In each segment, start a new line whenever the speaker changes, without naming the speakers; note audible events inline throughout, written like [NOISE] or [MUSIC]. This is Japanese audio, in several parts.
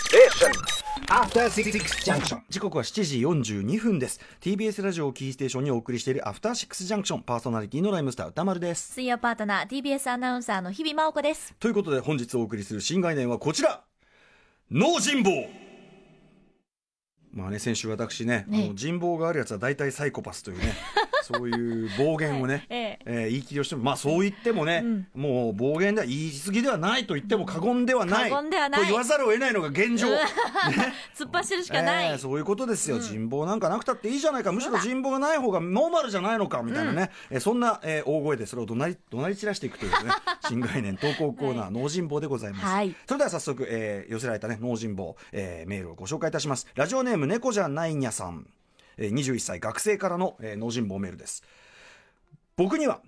Station.
After Six Junction.
時刻は7時42分です TBS ラジオをキーステーションにお送りしているアフターシックスジャンクションパーソナリティのライムスター歌丸です
水曜パートナー TBS アナウンサーの日々真央子です
ということで本日お送りする新概念はこちら脳人坊まあね先週私ね
ね
あの人望があるやつは大体サイコパスという
[LAUGHS]
ねそういう暴言をね、
ええ
えー言い切りをしてもまあそう言ってもね、もう暴言では言い過ぎではないと言っても過言ではない
過言ではない
と言わざるを得ないのが現状。
突っ走るしかない、
えーそういうことですよ、人望なんかなくたっていいじゃないかむしろ人望がない方がノーマルじゃないのかみたいなね、えーそんな、えー大声でそれを怒鳴り怒鳴り散らしていくという
[LAUGHS]
ね新概念投稿コーナー、脳人望でございます、
はい
それでは早速、えー寄せられたね脳人望、えーメールをご紹介いたしますラジオネーム猫じゃないにゃさん、えー21歳学生からの、えー脳人望メールです僕には、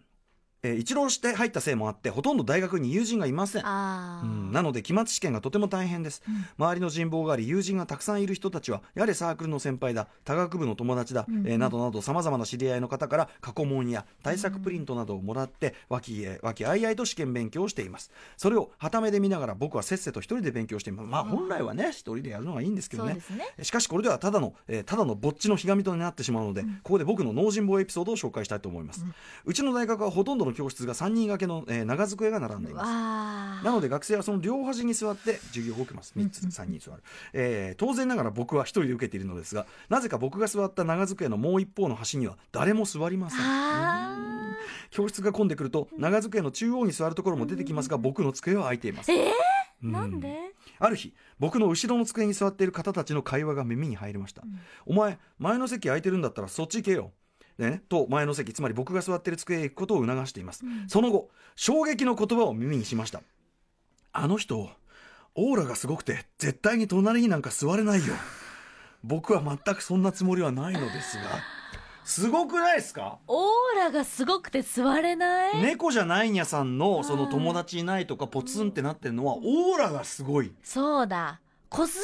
えー一浪して入ったせいもあってほとんど大学に友人がいません
あ
う
あ、
んなので期末試験がとても大変です、周りの人望があり友人がたくさんいる人たちはやれサークルの先輩だ他学部の友達だ、えーなどなどさまざまな知り合いの方から過去問や対策プリントなどをもらって和気えー和気あいあいと試験勉強をしていますそれをはためで見ながら僕はせっせと一人で勉強していますまあ本来はね一人でやるのがいいんですけど
そう
ね
ですね
しかしこれではただの、えーただのぼっちのひがみとなってしまうので、ここで僕の脳人坊エピソードを紹介したいと思います、うちの大学はほとんどの教室が3人掛けの、えー長机が並んでいます
わあ
なので学生はその両端に座って授業を受けます。3つ、3人座る。えー当然ながら僕は一人で受けているのですが、なぜか僕が座った長机のもう一方の端には誰も座りません。
あ
教室が混んでくると、長机の中央に座るところも出てきますが、僕の机は空いています。
ーえ
う
ー、なんで
ある日、僕の後ろの机に座っている方たちの会話が耳に入りました。お前、前の席空いてるんだったらそっち行けよ。ね、と前の席つまり僕が座っている机へ行くことを促しています、その後衝撃の言葉を耳にしましたあの人オーラがすごくて絶対に隣になんか座れないよ [LAUGHS] 僕は全くそんなつもりはないのですがすごくないですか
オーラがすごくて座れない、
猫じゃないにゃさんのその友達いないとかポツンってなってるのはオーラがすごい
そうだ濃すぎ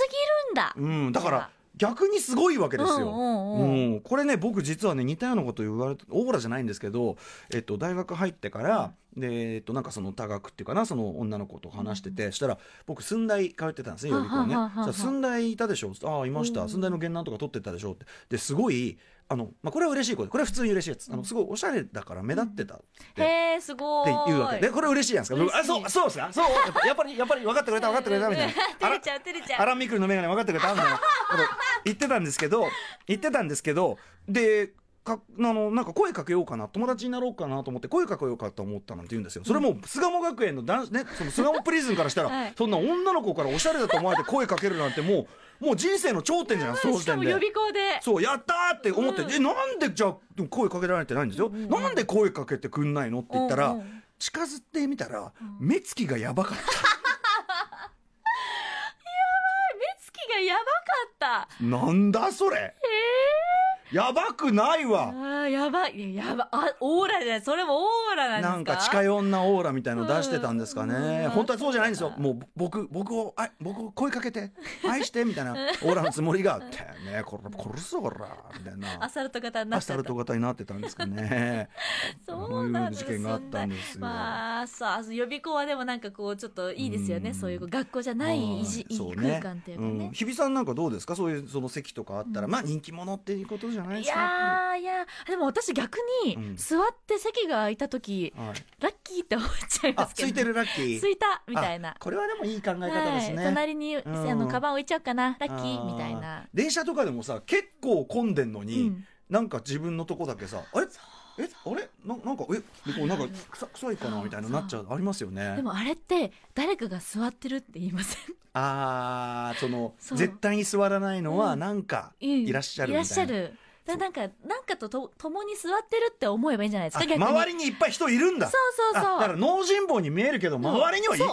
るんだ、
うん、だから逆にすごいわけですよ。
うんうんうん
うんこれね僕実はね似たようなこと言われてオーラじゃないんですけど、えっと、大学入ってから、でえっと、なんかその多学っていうかなその女の子と話してて、そしたら僕寸大通ってたんですね予備校ね。
はははは
そ
は
したら寸大いたでしょああいまし
う
た
ん
寸大の源なんとか取ってたでしょってですごいあの、まあ、これは嬉しいことこれは普通に嬉しいやつあのすごいおしゃれだから目立ってたって。
へえすご
って
ーい
言うわけでこれ嬉しいじゃないですか僕あそうそうですかそうやっぱりやっぱり分かってくれた分かってくれた
[LAUGHS]
みたいな
照れちゃう照れちゃう
アラン・ミクルの眼鏡分かってくれた
[LAUGHS]
みたいなこと言ってたんですけど言ってたんですけどでかあのなんか声かけようかな友達になろうかなと思って声かけようかと思ったなんて言うんですよそれも巣鴨学園の男子ねその巣鴨プリズンからしたら、
[LAUGHS] はい
そんな女の子からおしゃれだと思われて声かけるなんてもうもう人生の頂点じゃないその
し
時
か
点
も
で
予備校で
そうやったーって思って、
うん
えなんでじゃあでも声かけられてないんですよ、なんで声かけてくんないのって言ったら、
うんうん
近づってみたら、目つきがやばかった。
目つきがやばかった
なんだそれ、やばくないわ
あーやばいいややばあオーラじゃないそれもオーラ
な
なん
ん
ですか
か近い女オーラみたいの出してたんですかね、
うん
本当はそうじゃないんですよもう僕僕をあ僕を声かけ
[LAUGHS]
て愛してみたいなオーラのつもりが「てめえこれ殺すぞこら」みたい
ア
な
サルト型にな
ア
っ
ス
ちゃ
タ
っ
ル
た
ト型になってたんですかね
そうなんです
こういう事件があったんですよ
まあ、さあ、予備校はでもなんかこう、ちょっといいですよね。
うん
そういうこう学校じゃないいじ、
はいそう
空間っていうか
ん
ね。
日比さんなんかどうですかそういうその席とかあったら、まあ人気者っていうことじゃないで
い
すか
やーいやーでも私逆
う
に
ん
座って席が空いた時、
はい、
ラッキーって思っちゃいま
あ
すけ
つ
ど
いてるラッキー
ついたみたい
あ
な
これはでもいい考え方
は
です
い、
ね、
隣に、
ん
あのカバン置いちゃおうかなラッキ
あ
ー
ー
みたいな
電車とかでもさ結構混んでんのに、
うん
なんか自分のとこだけさあれえあれななんかえでこうなんか臭臭いかなみたいななっちゃうありますよね
でもあれって誰かが座ってるって言いません
あーその
そう
絶対に座らないのはなんか
うん
いらっしゃる
いら
み
っしたゃ
いな、
るだなんかなんかとと共に座ってるって思えばいいんじゃないですか逆に
あ周りにいっぱい人いるんだ
そうそうそう
あだから脳人坊に見えるけど周りにはい
そう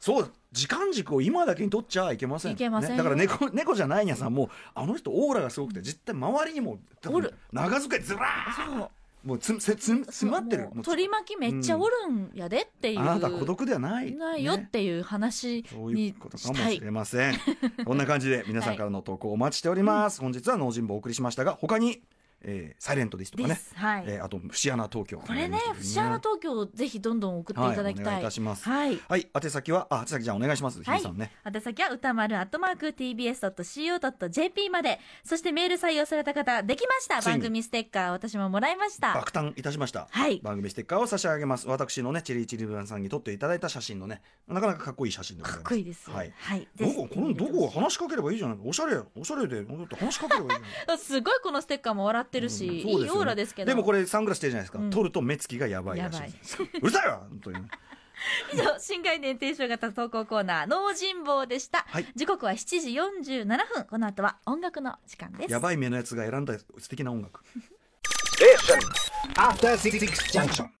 そう時間軸を今だけに取っちゃいけません
いけません
ねだ
よ
から猫猫じゃないにゃさんもあの人オーラがすごくて絶対周りにも多分
おる
長机ずらーもうつつつ詰まってる
もう
もう
取り巻きめっちゃおるんやでっていう、
あなた孤独ではない
ないよっ
ね
ていう話
そうい
に
うことか
し
も
たい
しれま
[LAUGHS]
せんこんな感じで皆さんからの投稿お待ちしております、本日は脳人坊をお送りしましたが他にえーサイレントですとか
で
ね、
す。はい。
えーあと節穴東京
これね、節穴東京をぜひどんどん送っていただきた
はいお
い。
願いいたします
はい。
はい宛先はあ宛先じゃんお願いします、
はい
ひいさんね
宛先は歌丸アットマーク tbs.co.jp まで。そしてメール採用された方、できました
ついに
番組ステッカー、私ももらいました。
爆誕いたしました、
はい
番組ステッカーを差し上げます私のねチェリーチリブランさんに撮っていただいた写真のねなかなかかっこいい写真でござ
か
います
っこいいです。
はい
はい。
ど
ぜひ
ここのどこを話しかければいいじゃないおしゃれおしゃれでもっと話しかければいいじゃない
あすごいこのステッカーも笑ってるし、
うんそう
い
ですよね
いオーラですけど。
でもこれサングラスしてるじゃないですか、
うん
撮ると目つきがやばいらしいですうるさいわ本当
[LAUGHS]
にね
以上、新概念提唱型投稿コーナー、脳人坊でした。
はい
時刻は7時47分。この後は音楽の時間です。
やばい目のやつが選んだ素敵な音楽
After Six Junction.